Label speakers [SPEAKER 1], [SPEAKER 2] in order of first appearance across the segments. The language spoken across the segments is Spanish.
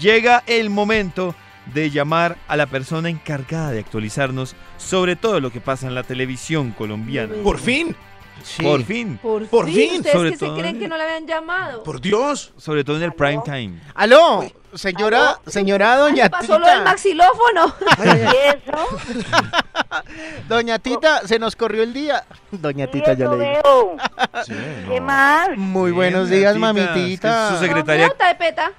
[SPEAKER 1] llega el momento de llamar a la persona encargada de actualizarnos sobre todo lo que pasa en la televisión colombiana.
[SPEAKER 2] Por fin,
[SPEAKER 3] Sí.
[SPEAKER 1] Por fin,
[SPEAKER 3] Por,
[SPEAKER 2] Por
[SPEAKER 3] fin.
[SPEAKER 2] fin.
[SPEAKER 3] ¿Ustedes
[SPEAKER 1] Sobre
[SPEAKER 3] que
[SPEAKER 1] todo
[SPEAKER 3] se creen
[SPEAKER 1] en-
[SPEAKER 3] que no la habían llamado?
[SPEAKER 2] por Dios.
[SPEAKER 1] sobre todo en el prime time.
[SPEAKER 4] Aló, señora, señora doña
[SPEAKER 3] Ay, pasó lo del
[SPEAKER 4] Tita.
[SPEAKER 3] maxilófono.
[SPEAKER 5] ¿Y eso?
[SPEAKER 4] Doña Tita, se nos corrió el día. Doña
[SPEAKER 5] ¿Y
[SPEAKER 4] Tita, ya
[SPEAKER 5] eso
[SPEAKER 4] le digo.
[SPEAKER 5] veo?
[SPEAKER 2] Sí,
[SPEAKER 5] ¿Qué
[SPEAKER 2] no.
[SPEAKER 5] más?
[SPEAKER 4] Muy
[SPEAKER 1] Bien,
[SPEAKER 4] buenos
[SPEAKER 1] doña
[SPEAKER 4] días,
[SPEAKER 1] Tita,
[SPEAKER 4] mamitita.
[SPEAKER 1] es que su Secretaria-
[SPEAKER 3] Con plata de peta.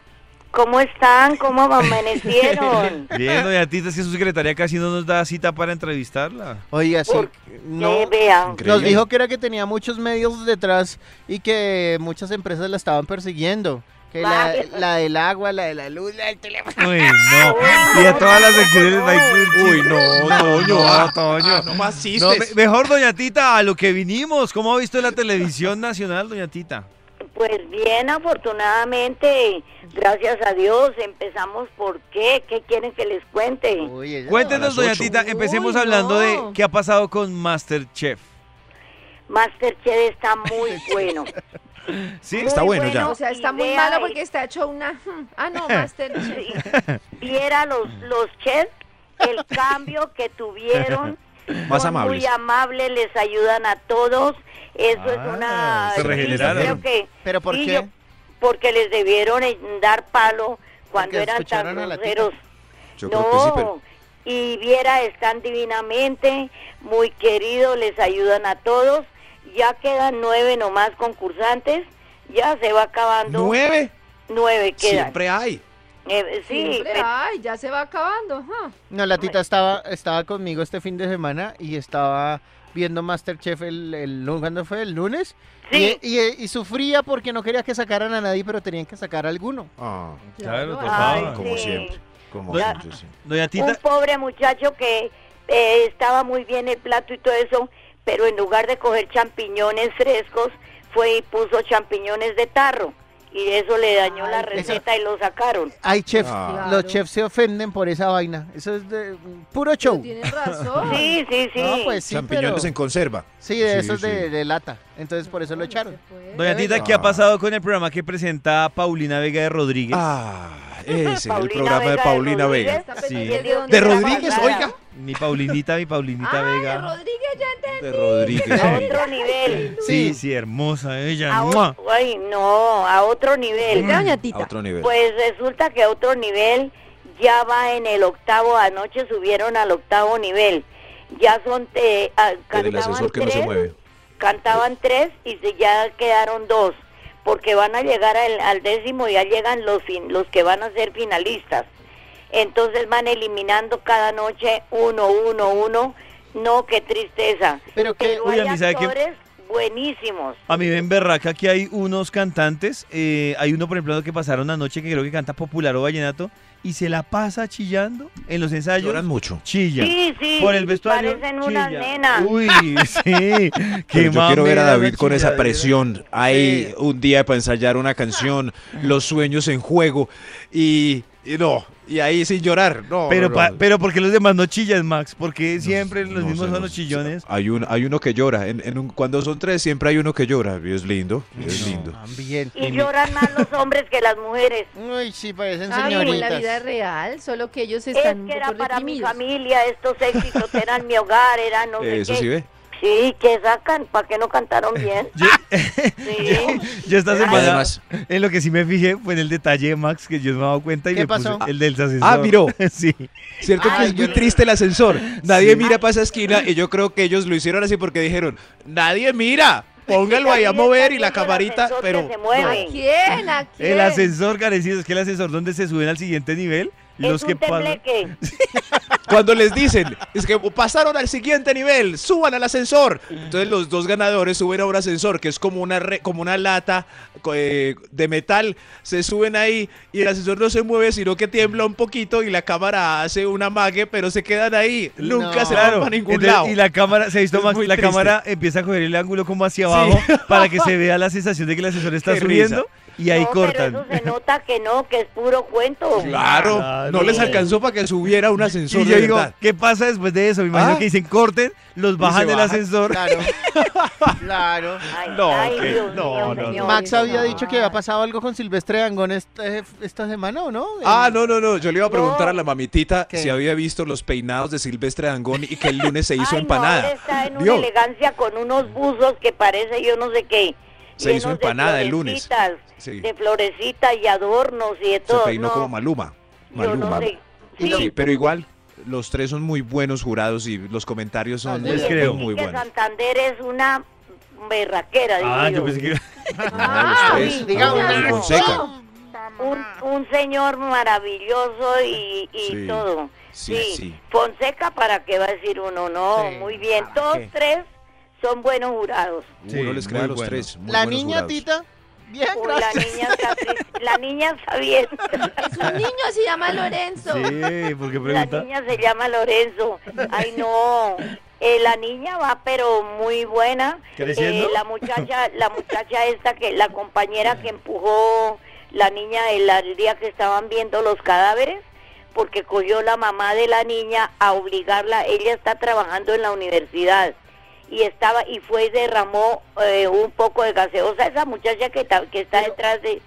[SPEAKER 5] ¿Cómo están? ¿Cómo amanecieron?
[SPEAKER 1] Bien, doña Tita, es que su secretaria casi no nos da cita para entrevistarla.
[SPEAKER 4] Oiga, sí.
[SPEAKER 5] Por-
[SPEAKER 4] No,
[SPEAKER 5] Eh, vean.
[SPEAKER 4] nos
[SPEAKER 2] Increíble.
[SPEAKER 4] dijo que era que tenía muchos medios detrás y que muchas empresas la estaban persiguiendo. Que la,
[SPEAKER 5] Vale.
[SPEAKER 4] la del agua, la de la luz, la del teléfono.
[SPEAKER 1] Uy, no. Y a todas las secciones va a incluir
[SPEAKER 2] Uy,
[SPEAKER 1] chistes.
[SPEAKER 2] no, Toño.
[SPEAKER 1] No,
[SPEAKER 2] ah,
[SPEAKER 1] Toño.
[SPEAKER 2] ah, no más chistes.
[SPEAKER 1] No, me- mejor, doña Tita, a lo que vinimos. ¿Cómo ha visto la televisión nacional, doña Tita?
[SPEAKER 5] Pues bien, afortunadamente, gracias a Dios, empezamos por qué, qué quieren que les cuente.
[SPEAKER 4] Uy, ella-
[SPEAKER 1] Cuéntenos,
[SPEAKER 2] A las
[SPEAKER 1] doña
[SPEAKER 2] ocho.
[SPEAKER 1] Tita, empecemos
[SPEAKER 3] Uy,
[SPEAKER 1] hablando
[SPEAKER 3] no.
[SPEAKER 1] de qué ha pasado con Masterchef.
[SPEAKER 5] Masterchef está muy bueno.
[SPEAKER 1] ¿Sí?
[SPEAKER 5] Muy
[SPEAKER 2] Está bueno ya.
[SPEAKER 3] O sea, está muy
[SPEAKER 5] Vea
[SPEAKER 3] mala
[SPEAKER 5] el-
[SPEAKER 3] porque está hecho una... Ah, no, Master.
[SPEAKER 5] Sí. Viera los, los chefs el cambio que tuvieron.
[SPEAKER 2] Más
[SPEAKER 5] Son
[SPEAKER 2] amables.
[SPEAKER 5] Muy amables, les ayudan a todos. Eso
[SPEAKER 1] Ah,
[SPEAKER 5] es una...
[SPEAKER 1] se
[SPEAKER 5] sí,
[SPEAKER 1] regeneraron.
[SPEAKER 5] yo creo que-
[SPEAKER 4] ¿Pero por
[SPEAKER 5] sí,
[SPEAKER 4] qué?
[SPEAKER 5] yo- porque les debieron eh, dar palo cuando
[SPEAKER 4] Porque
[SPEAKER 5] eran tan
[SPEAKER 4] escucharon a la tita.
[SPEAKER 5] groseros.
[SPEAKER 2] Yo creo que sí,
[SPEAKER 5] No,
[SPEAKER 2] pero-
[SPEAKER 5] y viera, están divinamente, muy queridos, les ayudan a todos. Ya quedan nueve nomás concursantes, ya se va acabando.
[SPEAKER 2] Nueve.
[SPEAKER 5] Nueve quedan.
[SPEAKER 2] Siempre hay.
[SPEAKER 5] Eh, sí,
[SPEAKER 3] Siempre,
[SPEAKER 5] pero-
[SPEAKER 3] Ay, ya se va acabando. ajá.
[SPEAKER 4] No, la tita estaba, estaba conmigo este fin de semana y estaba viendo Masterchef el, el lu- ¿cuándo fue? ¿El lunes?
[SPEAKER 5] Sí.
[SPEAKER 4] Y, y- y sufría porque no quería que sacaran a nadie, pero tenían que sacar a alguno.
[SPEAKER 2] Ah,
[SPEAKER 1] Claro,
[SPEAKER 3] Claro,
[SPEAKER 1] tocaba.
[SPEAKER 5] ay,
[SPEAKER 2] como
[SPEAKER 5] sí.
[SPEAKER 2] siempre. Como
[SPEAKER 5] Ya.
[SPEAKER 2] siempre, sí.
[SPEAKER 1] Doña
[SPEAKER 5] Un
[SPEAKER 1] Tita,
[SPEAKER 5] pobre muchacho que eh, estaba muy bien el plato y todo eso, pero en lugar de coger champiñones frescos, fue y puso champiñones de tarro. Y eso le dañó
[SPEAKER 3] Ay,
[SPEAKER 5] la
[SPEAKER 3] eso-
[SPEAKER 5] receta y lo sacaron.
[SPEAKER 4] Hay chefs,
[SPEAKER 2] Ah.
[SPEAKER 4] los
[SPEAKER 3] Claro.
[SPEAKER 4] chefs se ofenden por esa vaina. Eso es de puro show.
[SPEAKER 3] Tienen razón.
[SPEAKER 5] Sí, sí, sí.
[SPEAKER 4] No, pues sí,
[SPEAKER 2] Champiñones
[SPEAKER 4] pero-
[SPEAKER 2] en conserva.
[SPEAKER 4] Sí, de
[SPEAKER 2] Sí,
[SPEAKER 4] esos de-
[SPEAKER 2] sí.
[SPEAKER 4] de lata. Entonces por eso lo echaron.
[SPEAKER 2] Pues,
[SPEAKER 1] doña Tita,
[SPEAKER 5] Ah.
[SPEAKER 1] ¿qué ha pasado con el programa que presenta Paulina Vega de Rodríguez?
[SPEAKER 2] Ah, ese es el
[SPEAKER 5] Paulina
[SPEAKER 2] programa de
[SPEAKER 5] Vega de
[SPEAKER 2] Paulina
[SPEAKER 5] Rodríguez.
[SPEAKER 2] Vega.
[SPEAKER 1] Sí.
[SPEAKER 2] De Rodríguez, oiga.
[SPEAKER 1] Mi Paulinita, mi Paulinita
[SPEAKER 3] Ah,
[SPEAKER 1] Vega.
[SPEAKER 3] de Rodríguez ya entendí.
[SPEAKER 2] De Rodríguez.
[SPEAKER 5] A otro nivel.
[SPEAKER 1] Sí,
[SPEAKER 4] Sí.
[SPEAKER 1] sí, hermosa ella.
[SPEAKER 5] A
[SPEAKER 1] ¡mua!
[SPEAKER 5] o- Ay, no, a otro nivel.
[SPEAKER 3] Mira, doña
[SPEAKER 2] A
[SPEAKER 3] Tita.
[SPEAKER 2] otro nivel.
[SPEAKER 5] Pues resulta que a otro nivel ya va en el octavo, anoche subieron al octavo nivel. Ya son, eh, ah,
[SPEAKER 2] Con el
[SPEAKER 5] cantaban
[SPEAKER 2] asesor que no se
[SPEAKER 5] tres,
[SPEAKER 2] mueve.
[SPEAKER 5] cantaban tres y se ya quedaron dos, porque van a llegar al, al décimo ya llegan los, fin- los que van a ser finalistas. Entonces van eliminando cada noche uno, uno, uno. No, qué tristeza.
[SPEAKER 4] Pero que-
[SPEAKER 5] Pero
[SPEAKER 1] Uy,
[SPEAKER 5] hay
[SPEAKER 1] a mí, ¿sabe qué?
[SPEAKER 5] actores buenísimos.
[SPEAKER 1] A mí ven berraca que hay unos cantantes, eh, hay uno por ejemplo que pasaron anoche que creo que canta popular o vallenato y se la pasa chillando en los ensayos.
[SPEAKER 2] Lloran mucho.
[SPEAKER 1] Chilla.
[SPEAKER 5] Sí, sí.
[SPEAKER 1] Por el vestuario.
[SPEAKER 5] Parecen unas
[SPEAKER 1] chilla.
[SPEAKER 5] nenas.
[SPEAKER 1] Uy, sí.
[SPEAKER 2] Pero
[SPEAKER 1] Qué
[SPEAKER 2] yo quiero ver a
[SPEAKER 1] mamera
[SPEAKER 2] David con esa
[SPEAKER 1] chilladera.
[SPEAKER 2] presión. Ahí
[SPEAKER 4] Sí. Ah.
[SPEAKER 2] un día para ensayar una canción, los sueños en juego y, y no, y ahí sin llorar. No,
[SPEAKER 1] Pero,
[SPEAKER 2] no,
[SPEAKER 1] pa-
[SPEAKER 2] no.
[SPEAKER 1] pero ¿por qué los demás no chillan, Max? Porque
[SPEAKER 2] No,
[SPEAKER 1] siempre los
[SPEAKER 2] no
[SPEAKER 1] mismos
[SPEAKER 2] sé,
[SPEAKER 1] son
[SPEAKER 2] no
[SPEAKER 1] los
[SPEAKER 2] sé.
[SPEAKER 1] chillones.
[SPEAKER 2] Hay, un, hay uno que llora. En, en un- cuando son tres, siempre hay uno que llora. y Es lindo. y Es lindo.
[SPEAKER 4] También.
[SPEAKER 5] Y lloran más los hombres que las mujeres.
[SPEAKER 4] Uy, sí, parecen
[SPEAKER 3] Ah, como en la vida
[SPEAKER 4] señoritas.
[SPEAKER 3] real, solo que ellos
[SPEAKER 5] Es
[SPEAKER 3] están
[SPEAKER 5] que
[SPEAKER 3] un
[SPEAKER 5] era
[SPEAKER 3] poco
[SPEAKER 5] para mi
[SPEAKER 3] reprimidos.
[SPEAKER 5] familia, estos éxitos eran mi hogar, eran no sé
[SPEAKER 2] Eso
[SPEAKER 5] qué.
[SPEAKER 2] sí ve.
[SPEAKER 5] Sí, que sacan, ¿para qué no cantaron bien?
[SPEAKER 1] Yo,
[SPEAKER 5] Sí.
[SPEAKER 1] yo esta
[SPEAKER 5] Ay.
[SPEAKER 1] semana,
[SPEAKER 2] Además-
[SPEAKER 1] en lo que sí me fijé fue en el detalle de Max, que yo no me he dado cuenta y
[SPEAKER 4] ¿Qué
[SPEAKER 1] me puse
[SPEAKER 4] pasó?
[SPEAKER 1] el del asesor.
[SPEAKER 2] Ah, miró.
[SPEAKER 1] sí.
[SPEAKER 2] Cierto que
[SPEAKER 5] Ah,
[SPEAKER 4] Ay,
[SPEAKER 2] es muy
[SPEAKER 4] yo-
[SPEAKER 2] triste el ascensor. Nadie mira para esa esquina y yo creo que ellos lo hicieron así porque dijeron, nadie mira. Póngalo ahí a mover y la
[SPEAKER 5] Está viendo el
[SPEAKER 2] camarita,
[SPEAKER 5] ascensor que
[SPEAKER 2] pero
[SPEAKER 5] se
[SPEAKER 3] ¿A
[SPEAKER 5] mueve.
[SPEAKER 3] quién? ¿A quién?
[SPEAKER 1] El ascensor carecido, es que el ascensor donde se suben al siguiente nivel,
[SPEAKER 5] Es
[SPEAKER 1] los
[SPEAKER 5] un
[SPEAKER 1] que pasan.
[SPEAKER 5] tembleque.
[SPEAKER 2] Cuando les dicen, es que pasaron al siguiente nivel, suban al ascensor. Entonces los dos ganadores suben a un ascensor que es como una, re- como una lata co- eh, de metal. Se suben ahí y el ascensor no se mueve, sino que tiembla un poquito y la cámara hace un amague, pero se quedan ahí. Nunca
[SPEAKER 4] No.
[SPEAKER 2] se van
[SPEAKER 1] Claro,
[SPEAKER 2] para ningún
[SPEAKER 1] entonces,
[SPEAKER 2] lado.
[SPEAKER 1] y la cámara, se ha visto
[SPEAKER 2] Es
[SPEAKER 1] Max,
[SPEAKER 2] muy
[SPEAKER 1] la
[SPEAKER 2] triste.
[SPEAKER 1] cámara empieza a coger el ángulo como hacia abajo para que se vea la sensación de que el ascensor está
[SPEAKER 2] Qué
[SPEAKER 1] subiendo y ahí
[SPEAKER 5] no,
[SPEAKER 1] cortan.
[SPEAKER 5] Pero eso se nota que no, que es puro cuento.
[SPEAKER 2] Claro,
[SPEAKER 1] Claro.
[SPEAKER 2] no les alcanzó para que subiera un ascensor.
[SPEAKER 1] Y yo
[SPEAKER 2] de
[SPEAKER 1] digo,
[SPEAKER 2] verdad.
[SPEAKER 1] ¿qué pasa después de eso? Me imagino
[SPEAKER 2] Ah.
[SPEAKER 1] que dicen corten, los bajan del
[SPEAKER 2] bajan.
[SPEAKER 1] ascensor.
[SPEAKER 4] Claro. claro.
[SPEAKER 5] Ay,
[SPEAKER 2] No,
[SPEAKER 5] ay,
[SPEAKER 2] ok,
[SPEAKER 5] Dios
[SPEAKER 2] no,
[SPEAKER 5] mío,
[SPEAKER 2] no, no.
[SPEAKER 5] señores,
[SPEAKER 4] Max había
[SPEAKER 5] no.
[SPEAKER 4] dicho que había pasado algo con Silvestre Dangón este- esta semana, ¿o no?
[SPEAKER 2] Ah, no, no, no. Yo le iba a preguntar a la mamitita
[SPEAKER 4] ¿Qué?
[SPEAKER 2] si había visto los peinados de Silvestre Dangón y que el lunes se hizo
[SPEAKER 5] Ay, No,
[SPEAKER 2] empanada.
[SPEAKER 5] él está en
[SPEAKER 2] Vio.
[SPEAKER 5] una elegancia con unos buzos que parece yo no sé qué.
[SPEAKER 2] Se hizo
[SPEAKER 5] llenos de
[SPEAKER 2] empanada el lunes.
[SPEAKER 5] florecitas,
[SPEAKER 2] Sí.
[SPEAKER 5] De florecitas y adornos y de
[SPEAKER 2] Se
[SPEAKER 5] todo.
[SPEAKER 2] peinó
[SPEAKER 5] no,
[SPEAKER 2] como Maluma.
[SPEAKER 5] yo no
[SPEAKER 2] Maluma.
[SPEAKER 5] sé.
[SPEAKER 4] Y lo-
[SPEAKER 2] Sí, pero igual, los tres son muy buenos jurados y los comentarios son
[SPEAKER 4] Les
[SPEAKER 5] Oye,
[SPEAKER 1] creo.
[SPEAKER 5] sí
[SPEAKER 2] muy
[SPEAKER 5] que
[SPEAKER 2] buenos.
[SPEAKER 5] Santander es una berraquera, digo
[SPEAKER 1] Ah,
[SPEAKER 5] yo.
[SPEAKER 1] yo pensé que
[SPEAKER 2] Ah,
[SPEAKER 5] Ay,
[SPEAKER 2] los tres.
[SPEAKER 4] Pues, digamos,
[SPEAKER 2] Ah,
[SPEAKER 5] no.
[SPEAKER 2] Fonseca.
[SPEAKER 5] Un, un señor maravilloso y, y
[SPEAKER 2] Sí.
[SPEAKER 5] todo.
[SPEAKER 2] Sí, sí. Ah,
[SPEAKER 5] Fonseca, ¿para qué va a decir uno? No,
[SPEAKER 4] Sí.
[SPEAKER 5] muy bien. Todos
[SPEAKER 1] ¿qué?
[SPEAKER 5] tres son buenos jurados.
[SPEAKER 1] Sí,
[SPEAKER 2] Uno les cree a
[SPEAKER 1] muy
[SPEAKER 2] los
[SPEAKER 1] bueno.
[SPEAKER 2] tres. muy
[SPEAKER 4] La
[SPEAKER 2] buenos
[SPEAKER 4] niña
[SPEAKER 2] jurados.
[SPEAKER 4] Tita, bien,
[SPEAKER 5] Uy, la
[SPEAKER 4] gracias.
[SPEAKER 5] niña está triste. la niña está bien.
[SPEAKER 3] Es un niño, se llama Lorenzo.
[SPEAKER 1] Sí, porque
[SPEAKER 5] La
[SPEAKER 1] pregunta.
[SPEAKER 5] niña se llama Lorenzo. Ay, no. Eh, la niña va pero muy buena. Eh,
[SPEAKER 1] ¿Creciendo?
[SPEAKER 5] la muchacha, la muchacha esta que la compañera que empujó la niña el, el día que estaban viendo los cadáveres, porque cogió la mamá de la niña a obligarla. Ella está trabajando en la universidad y estaba y fue y derramó eh, un poco de gaseosa esa muchacha que, ta- que está detrás de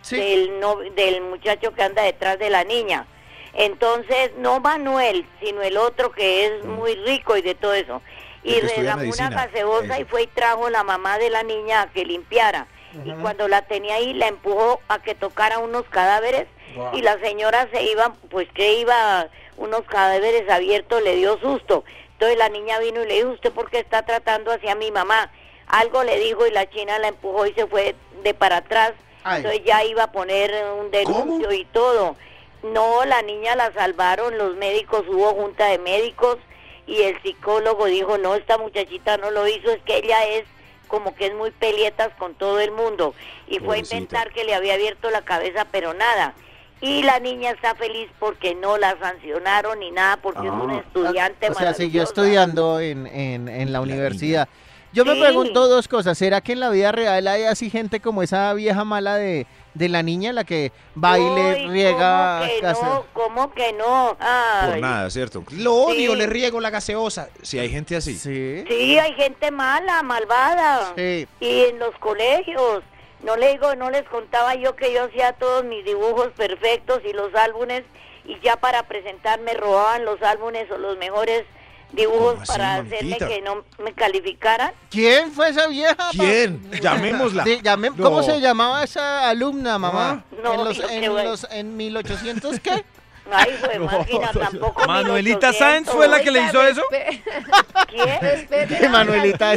[SPEAKER 4] Sí,
[SPEAKER 5] del, no- del muchacho que anda detrás de la niña. Entonces, no Manuel, sino el otro que es muy rico y de todo eso.
[SPEAKER 2] El
[SPEAKER 5] Y
[SPEAKER 2] que estudia
[SPEAKER 5] regaló una
[SPEAKER 2] medicina,
[SPEAKER 5] gaseosa
[SPEAKER 2] ese.
[SPEAKER 5] y fue y trajo la mamá de la niña a que limpiara. Y cuando la tenía ahí, la empujó a que tocara unos cadáveres y la señora se iba, pues que iba, unos cadáveres abiertos, le dio susto. Entonces la niña vino y le dijo, ¿usted por qué está tratando así a mi mamá? Algo le dijo y la china la empujó y se fue de para atrás.
[SPEAKER 4] Ay.
[SPEAKER 5] Entonces ya iba a poner un denuncio y todo. No, la niña la salvaron, los médicos, hubo junta de médicos y el psicólogo dijo, no, esta muchachita no lo hizo, es que ella es como que es muy pelietas con todo el mundo. Y fue a
[SPEAKER 2] Pobrecita.
[SPEAKER 5] inventar que le había abierto la cabeza, pero nada. Y la niña está feliz porque no la sancionaron ni nada, porque es una
[SPEAKER 2] Ah.
[SPEAKER 5] estudiante
[SPEAKER 4] o sea, siguió
[SPEAKER 5] maravillosa.
[SPEAKER 4] estudiando en, en, en la universidad. Yo me
[SPEAKER 5] Sí.
[SPEAKER 4] pregunto dos cosas. ¿Será que en la vida real hay así gente como esa vieja mala de, de la niña, la que baile,
[SPEAKER 5] Uy, ¿cómo
[SPEAKER 4] riega,
[SPEAKER 5] que
[SPEAKER 4] casa-
[SPEAKER 5] no? ¿Cómo que no? Ay,
[SPEAKER 2] Por nada, ¿cierto? Lo odio,
[SPEAKER 5] Sí.
[SPEAKER 2] le riego la gaseosa. Si hay gente así.
[SPEAKER 4] Sí.
[SPEAKER 5] Sí, hay gente mala, malvada.
[SPEAKER 4] Sí.
[SPEAKER 5] Y en los colegios. No le digo, no les contaba yo que yo hacía todos mis dibujos perfectos y los álbumes y ya para presentarme robaban los álbumes o los mejores dibujos
[SPEAKER 2] ¿Cómo así,
[SPEAKER 5] para hacerme
[SPEAKER 2] mamitita?
[SPEAKER 5] que no me calificaran.
[SPEAKER 4] ¿Quién fue esa vieja? pa-
[SPEAKER 2] ¿Quién? Llamémosla.
[SPEAKER 4] Sí, llamé-
[SPEAKER 2] No.
[SPEAKER 4] ¿Cómo se llamaba esa alumna, mamá?
[SPEAKER 5] Ah. No,
[SPEAKER 4] en los,
[SPEAKER 5] yo qué
[SPEAKER 4] en
[SPEAKER 5] voy.
[SPEAKER 4] los- en 1800 qué?
[SPEAKER 5] Ay, fue máquina, tampoco.
[SPEAKER 1] Manuelita Sáenz fue la que le hizo eso.
[SPEAKER 5] ¿Quién?
[SPEAKER 3] Respete.
[SPEAKER 4] Manuelita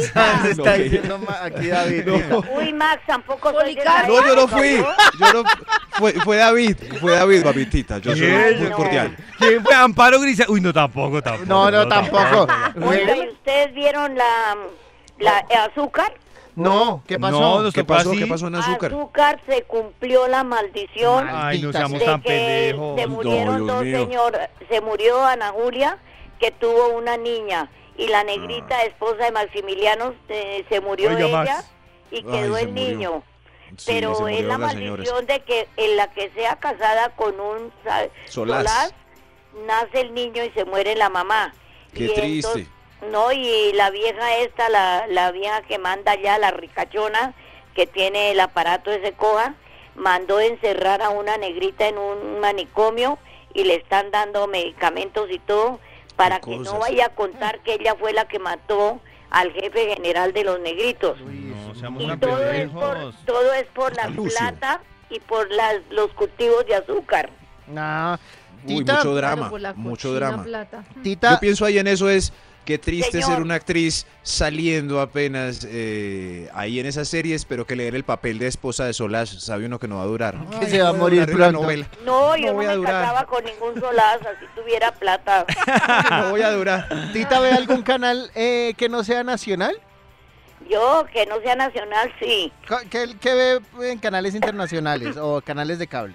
[SPEAKER 4] Sanz
[SPEAKER 2] No,
[SPEAKER 4] está
[SPEAKER 2] que-
[SPEAKER 4] diciendo ma- aquí David.
[SPEAKER 5] Uy, Max, tampoco soy de esa
[SPEAKER 3] Policarpo.
[SPEAKER 2] No, yo no
[SPEAKER 5] época,
[SPEAKER 2] fui.
[SPEAKER 5] ¿no?
[SPEAKER 2] Yo no, fue, fue David. Fue David, mamitita. Yo soy
[SPEAKER 1] Bien,
[SPEAKER 2] muy
[SPEAKER 5] no.
[SPEAKER 2] cordial.
[SPEAKER 1] ¿Quién fue pues, Amparo Grisa? Uy, no, tampoco, tampoco.
[SPEAKER 4] No, no, tampoco.
[SPEAKER 5] Oiga, ¿y ustedes vieron la, la eh, azúcar?
[SPEAKER 4] No, ¿qué pasó?
[SPEAKER 1] No, nos
[SPEAKER 2] ¿Qué
[SPEAKER 1] tocó
[SPEAKER 2] pasó?
[SPEAKER 1] así.
[SPEAKER 2] ¿Qué pasó en azúcar?
[SPEAKER 4] Ah,
[SPEAKER 5] Azúcar se cumplió la maldición
[SPEAKER 1] Ay, no
[SPEAKER 4] Maldita
[SPEAKER 1] seamos
[SPEAKER 5] de
[SPEAKER 1] tan
[SPEAKER 5] que
[SPEAKER 1] pendejos.
[SPEAKER 5] se murieron
[SPEAKER 2] Dios
[SPEAKER 5] dos
[SPEAKER 2] mío.
[SPEAKER 5] señores. Se murió Ana Julia, que tuvo una niña, y
[SPEAKER 2] Ah.
[SPEAKER 5] la negrita esposa de Maximiliano eh, se murió
[SPEAKER 1] Oiga,
[SPEAKER 5] ella
[SPEAKER 1] Max.
[SPEAKER 5] y
[SPEAKER 2] Ay,
[SPEAKER 5] quedó
[SPEAKER 2] se
[SPEAKER 5] el
[SPEAKER 2] murió.
[SPEAKER 5] niño.
[SPEAKER 2] Sí, se
[SPEAKER 5] Pero es la
[SPEAKER 2] murieron las señoras.
[SPEAKER 5] maldición de que en la que sea casada con un sa-
[SPEAKER 2] Solaz.
[SPEAKER 5] nace el niño y se muere la mamá.
[SPEAKER 2] Qué
[SPEAKER 5] Y entonces-
[SPEAKER 2] triste.
[SPEAKER 5] no, y la vieja esta, la, la vieja que manda allá, la ricachona, que tiene el aparato ese coja, mandó encerrar a una negrita en un manicomio y le están dando medicamentos y todo para
[SPEAKER 2] Qué
[SPEAKER 5] que no
[SPEAKER 2] cosas.
[SPEAKER 5] vaya a contar que ella fue la que mató al jefe general de los negritos.
[SPEAKER 1] No, seamos
[SPEAKER 5] Y
[SPEAKER 1] tan
[SPEAKER 5] todo es por,
[SPEAKER 1] pendejos.
[SPEAKER 5] todo es por la
[SPEAKER 2] Alucio.
[SPEAKER 5] plata y por las, los cultivos de azúcar.
[SPEAKER 4] No.
[SPEAKER 2] Uy,
[SPEAKER 4] Tita,
[SPEAKER 2] mucho
[SPEAKER 3] Claro,
[SPEAKER 2] drama.
[SPEAKER 3] por la
[SPEAKER 2] Mucho
[SPEAKER 3] cochina
[SPEAKER 2] drama.
[SPEAKER 3] plata.
[SPEAKER 4] Tita,
[SPEAKER 2] Yo pienso ahí en eso es que triste ser
[SPEAKER 5] Señor.
[SPEAKER 2] una actriz saliendo apenas eh, ahí en esas series, pero que leer el papel de esposa de Solás sabe uno que no va a durar.
[SPEAKER 4] Que se va a
[SPEAKER 2] no
[SPEAKER 4] morir
[SPEAKER 2] durar en la
[SPEAKER 4] pronto.
[SPEAKER 2] novela.
[SPEAKER 5] No, yo
[SPEAKER 2] No
[SPEAKER 5] no,
[SPEAKER 2] voy
[SPEAKER 5] me
[SPEAKER 2] a durar.
[SPEAKER 5] casaba con ningún solazo, así tuviera plata.
[SPEAKER 2] No voy a durar.
[SPEAKER 4] Tita ve algún canal eh, que no sea nacional.
[SPEAKER 5] Yo, que no sea nacional, sí.
[SPEAKER 4] Co- ¿Qué, qué ve en canales internacionales o canales de cable?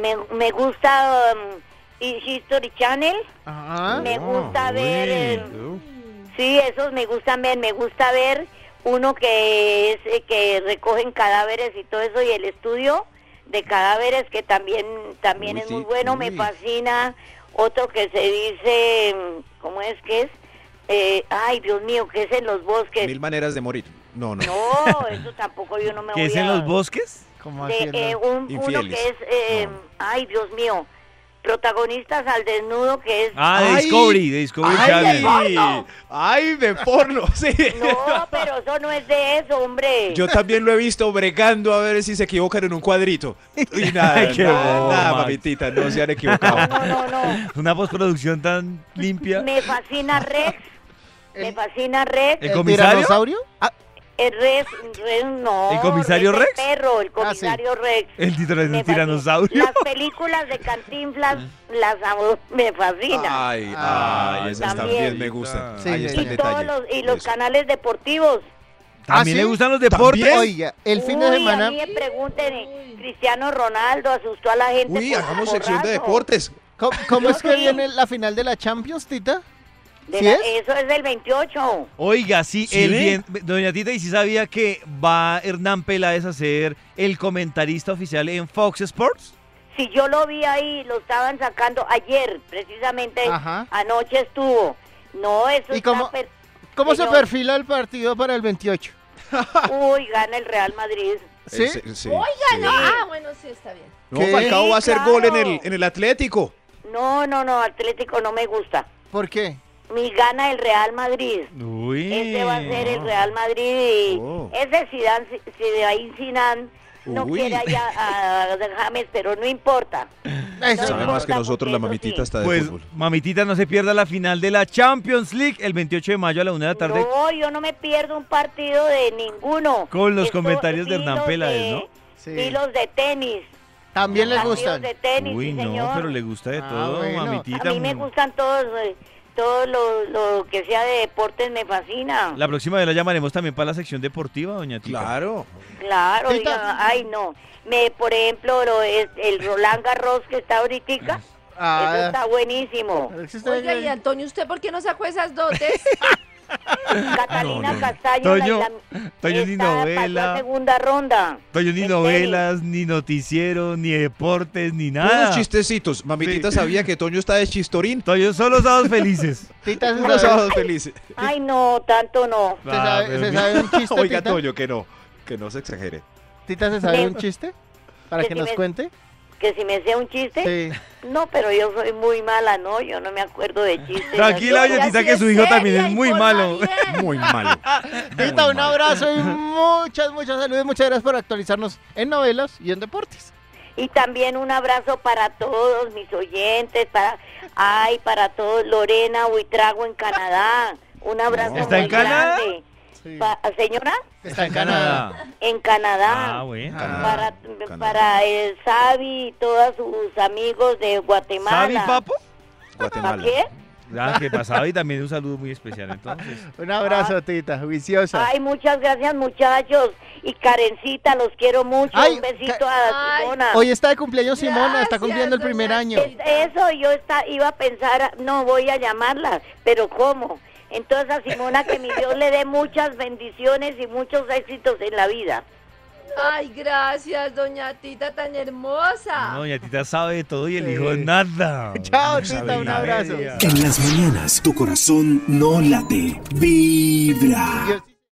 [SPEAKER 5] Me, me gusta um, History Channel.
[SPEAKER 4] Ajá.
[SPEAKER 5] Me
[SPEAKER 2] Ah,
[SPEAKER 5] gusta
[SPEAKER 2] uy,
[SPEAKER 5] ver, eh,
[SPEAKER 2] uh,
[SPEAKER 5] Sí, esos me gustan ver. Me gusta ver uno que es eh, que recogen cadáveres y todo eso y el estudio de cadáveres que también también
[SPEAKER 2] Uy,
[SPEAKER 5] es
[SPEAKER 2] sí,
[SPEAKER 5] muy bueno, me
[SPEAKER 2] uy.
[SPEAKER 5] fascina. Otro que se dice, mm, ¿cómo es que es? Eh, ay, Dios mío, que es en los bosques.
[SPEAKER 2] Mil maneras de morir. No, no.
[SPEAKER 5] No, eso tampoco yo no me
[SPEAKER 1] ¿Que
[SPEAKER 5] voy
[SPEAKER 1] es en
[SPEAKER 5] a-
[SPEAKER 1] los bosques?
[SPEAKER 4] ¿Cómo
[SPEAKER 5] de,
[SPEAKER 4] haciendo?
[SPEAKER 5] eh, un- uno
[SPEAKER 2] Infieles.
[SPEAKER 5] que es, eh,
[SPEAKER 2] No.
[SPEAKER 5] ay Dios mío, protagonistas al desnudo que es...
[SPEAKER 1] Ah, de
[SPEAKER 2] Ay.
[SPEAKER 1] Discovery, de Discovery Channel.
[SPEAKER 2] ¡Ay! ¡Ay, de porno! Sí.
[SPEAKER 5] No, pero eso no es de eso, hombre.
[SPEAKER 2] Yo también lo he visto bregando a ver si se equivocan en un cuadrito. Y nada,
[SPEAKER 1] Ay, qué
[SPEAKER 2] nada,
[SPEAKER 1] bobo,
[SPEAKER 2] nada,
[SPEAKER 1] Max.
[SPEAKER 2] mamitita, no se han
[SPEAKER 5] No,
[SPEAKER 2] equivocado.
[SPEAKER 5] no, no, no.
[SPEAKER 1] Una postproducción tan limpia.
[SPEAKER 5] Me fascina Rex, me
[SPEAKER 4] ¿El,
[SPEAKER 5] fascina Rex,
[SPEAKER 1] ¿El
[SPEAKER 4] el
[SPEAKER 1] comisario?
[SPEAKER 4] tiranosaurio? Ah,
[SPEAKER 5] el Rex, Rex no.
[SPEAKER 1] ¿El comisario Rex?
[SPEAKER 5] El perro, el
[SPEAKER 4] Ah, sí.
[SPEAKER 5] comisario Rex.
[SPEAKER 1] El titán-
[SPEAKER 5] Me
[SPEAKER 1] el
[SPEAKER 5] fascina.
[SPEAKER 1] tiranosaurio.
[SPEAKER 5] Las películas de Cantinflas las amo, me fascina.
[SPEAKER 2] Ay,
[SPEAKER 4] Ah,
[SPEAKER 2] ay, esas
[SPEAKER 5] también.
[SPEAKER 2] también, me gustan.
[SPEAKER 4] Sí,
[SPEAKER 2] Ahí
[SPEAKER 4] sí, sí.
[SPEAKER 2] está el
[SPEAKER 5] y
[SPEAKER 2] detalle.
[SPEAKER 5] todos los, y los
[SPEAKER 2] Eso.
[SPEAKER 5] canales deportivos.
[SPEAKER 1] ¿También
[SPEAKER 4] ¿Ah,
[SPEAKER 1] le
[SPEAKER 4] sí?
[SPEAKER 1] gustan los deportes?
[SPEAKER 2] ¿También?
[SPEAKER 4] Oiga, el fin de
[SPEAKER 5] Uy,
[SPEAKER 4] semana.
[SPEAKER 5] A mí me pregunten, eh, Cristiano Ronaldo asustó a la gente.
[SPEAKER 2] Uy,
[SPEAKER 5] con
[SPEAKER 2] hagamos
[SPEAKER 5] su
[SPEAKER 2] sección de
[SPEAKER 5] porrazo.
[SPEAKER 2] deportes.
[SPEAKER 4] ¿Cómo, cómo es que
[SPEAKER 5] Sí.
[SPEAKER 4] viene la final de la Champions, Tita?
[SPEAKER 5] De
[SPEAKER 4] ¿Sí
[SPEAKER 5] la-
[SPEAKER 4] es?
[SPEAKER 5] Eso es del 28.
[SPEAKER 1] Oiga, sí,
[SPEAKER 2] ¿Sí?
[SPEAKER 1] el bien. Doña Tita, y si sabía que va Hernán Peláez a ser el comentarista oficial en Fox Sports.
[SPEAKER 5] Si yo lo vi ahí, lo estaban sacando ayer, precisamente
[SPEAKER 4] Ajá.
[SPEAKER 5] anoche estuvo. No, eso
[SPEAKER 4] ¿Y
[SPEAKER 5] está
[SPEAKER 4] cómo-
[SPEAKER 5] per-
[SPEAKER 4] ¿Cómo se
[SPEAKER 5] Pero-
[SPEAKER 4] perfila el partido para el 28?
[SPEAKER 5] Uy, gana el Real Madrid.
[SPEAKER 4] ¿Sí?
[SPEAKER 2] Eh, sí, sí, sí.
[SPEAKER 3] Oiga, no. Ah, bueno, sí, está bien.
[SPEAKER 2] No,
[SPEAKER 4] ¿Qué?
[SPEAKER 2] Falcao va a hacer
[SPEAKER 5] Sí, claro.
[SPEAKER 2] gol en el, en el Atlético.
[SPEAKER 5] No, no, no, Atlético no me gusta.
[SPEAKER 4] ¿Por qué?
[SPEAKER 5] Mi gana el Real Madrid.
[SPEAKER 1] Uy.
[SPEAKER 5] Ese va a ser el Real Madrid. y
[SPEAKER 2] Oh.
[SPEAKER 5] Ese Zidane, si- si de ahí Zidane no
[SPEAKER 2] Uy.
[SPEAKER 5] quiere allá a, a James, pero no importa.
[SPEAKER 4] Eso.
[SPEAKER 5] Sabe
[SPEAKER 2] Sabe
[SPEAKER 5] más
[SPEAKER 2] más
[SPEAKER 5] porque
[SPEAKER 2] que nosotros, la
[SPEAKER 5] eso
[SPEAKER 2] mamitita
[SPEAKER 5] sí.
[SPEAKER 2] está de
[SPEAKER 1] Pues,
[SPEAKER 2] fútbol.
[SPEAKER 1] mamitita, no se pierda la final de la Champions League el 28 de mayo a la 1 de la tarde.
[SPEAKER 5] No, yo no me pierdo un partido de ninguno.
[SPEAKER 1] Con los
[SPEAKER 5] Esto-
[SPEAKER 1] comentarios de
[SPEAKER 5] vi
[SPEAKER 1] Hernán
[SPEAKER 5] los
[SPEAKER 1] Peláez,
[SPEAKER 5] de-
[SPEAKER 1] ¿no?
[SPEAKER 4] Sí.
[SPEAKER 5] Vi los de tenis.
[SPEAKER 4] También les
[SPEAKER 5] partidos
[SPEAKER 4] gustan.
[SPEAKER 5] de tenis,
[SPEAKER 1] Uy,
[SPEAKER 5] sí,
[SPEAKER 1] no,
[SPEAKER 5] señor.
[SPEAKER 1] pero le gusta de
[SPEAKER 4] Ah,
[SPEAKER 1] todo,
[SPEAKER 4] bueno.
[SPEAKER 1] mamitita. Mm,
[SPEAKER 5] A mí me gustan todos, eh, todo lo, lo que sea de deportes me fascina.
[SPEAKER 1] La próxima vez la llamaremos también para la sección deportiva, doña Tita.
[SPEAKER 2] Claro.
[SPEAKER 5] Claro,
[SPEAKER 4] Tita.
[SPEAKER 5] oiga, ay no. Me, por ejemplo, lo- es- el Roland Garros que está ahorita, eso
[SPEAKER 4] Ah,
[SPEAKER 5] está buenísimo.
[SPEAKER 4] ¿existe
[SPEAKER 3] Oiga,
[SPEAKER 4] ahí?
[SPEAKER 3] y Antonio, ¿usted por qué no sacó esas dotes?
[SPEAKER 5] Catalina Castaño
[SPEAKER 1] Toño,
[SPEAKER 5] la- la-
[SPEAKER 1] Toño ni
[SPEAKER 5] está- pasó a
[SPEAKER 1] novela,
[SPEAKER 5] segunda ronda.
[SPEAKER 1] Toño ni
[SPEAKER 5] en
[SPEAKER 1] novelas, ni noticiero, ni deportes, ni
[SPEAKER 2] Unos
[SPEAKER 1] nada.
[SPEAKER 2] chistecitos. Mamitita
[SPEAKER 1] Ah. Sí.
[SPEAKER 2] sabía que Toño está de chistorín.
[SPEAKER 1] Toño, solo sábados felices.
[SPEAKER 4] Tita, ¿se
[SPEAKER 2] Unos
[SPEAKER 4] sabe,
[SPEAKER 2] sábados felices.
[SPEAKER 5] Ay no, tanto no.
[SPEAKER 4] se
[SPEAKER 1] Ah,
[SPEAKER 4] sabe-
[SPEAKER 1] pero
[SPEAKER 4] se
[SPEAKER 1] mira.
[SPEAKER 4] sabe un chiste?
[SPEAKER 2] Oiga,
[SPEAKER 4] tita?
[SPEAKER 2] Toño, que no. Que no se exagere.
[SPEAKER 4] ¿Tita se sabe un chiste? ¿Para
[SPEAKER 5] Que
[SPEAKER 4] que
[SPEAKER 5] si
[SPEAKER 4] nos
[SPEAKER 5] me-
[SPEAKER 4] cuente?
[SPEAKER 5] Que si me sea un chiste,
[SPEAKER 4] Sí.
[SPEAKER 5] no, pero yo soy muy mala, no, yo no me acuerdo de chistes.
[SPEAKER 1] Tranquila,
[SPEAKER 5] Yo-
[SPEAKER 1] doña Tita, que su hijo también es muy malo.
[SPEAKER 2] Muy malo.
[SPEAKER 4] Tita, un abrazo y muchas, muchas saludos. Muchas gracias por actualizarnos en novelas y en deportes.
[SPEAKER 5] Y también un abrazo para todos mis oyentes, para ay, para todos Lorena Huitrago en Canadá. Un abrazo
[SPEAKER 1] ¿Está
[SPEAKER 5] muy
[SPEAKER 1] en Canadá?
[SPEAKER 5] grande.
[SPEAKER 4] Sí.
[SPEAKER 5] Pa- señora,
[SPEAKER 4] Está en Canadá.
[SPEAKER 1] Canadá.
[SPEAKER 5] en Canadá.
[SPEAKER 1] Ah, bueno.
[SPEAKER 4] Canadá.
[SPEAKER 5] para
[SPEAKER 2] Canadá.
[SPEAKER 5] para el Xavi y todos sus amigos de
[SPEAKER 1] ¿Sabi,
[SPEAKER 5] Guatemala.
[SPEAKER 1] papo?
[SPEAKER 2] Guatemala.
[SPEAKER 5] ¿Qué?
[SPEAKER 1] Ah, que pasaba y también un saludo muy especial entonces.
[SPEAKER 4] Un abrazo, Tita, juiciosa.
[SPEAKER 5] Ay, muchas gracias, muchachos. Y Karencita, los quiero mucho.
[SPEAKER 4] Ay,
[SPEAKER 5] Un besito a
[SPEAKER 3] Ay.
[SPEAKER 5] Simona.
[SPEAKER 4] Hoy está de cumpleaños Simona, está
[SPEAKER 3] Gracias,
[SPEAKER 4] cumpliendo el primer
[SPEAKER 3] doña
[SPEAKER 4] año.
[SPEAKER 5] Es- eso yo está, iba a pensar, no voy a llamarla, pero ¿cómo? Entonces a Simona que mi Dios le dé muchas bendiciones y muchos éxitos en la vida.
[SPEAKER 3] Ay, gracias, doña Tita tan hermosa.
[SPEAKER 1] No, doña Tita sabe de todo y el
[SPEAKER 4] Sí.
[SPEAKER 1] hijo nada.
[SPEAKER 4] Chao,
[SPEAKER 1] No sabe
[SPEAKER 4] Tita, un
[SPEAKER 1] nada.
[SPEAKER 4] abrazo.
[SPEAKER 1] Media.
[SPEAKER 6] En las mañanas tu corazón no late, vibra.
[SPEAKER 4] Dios-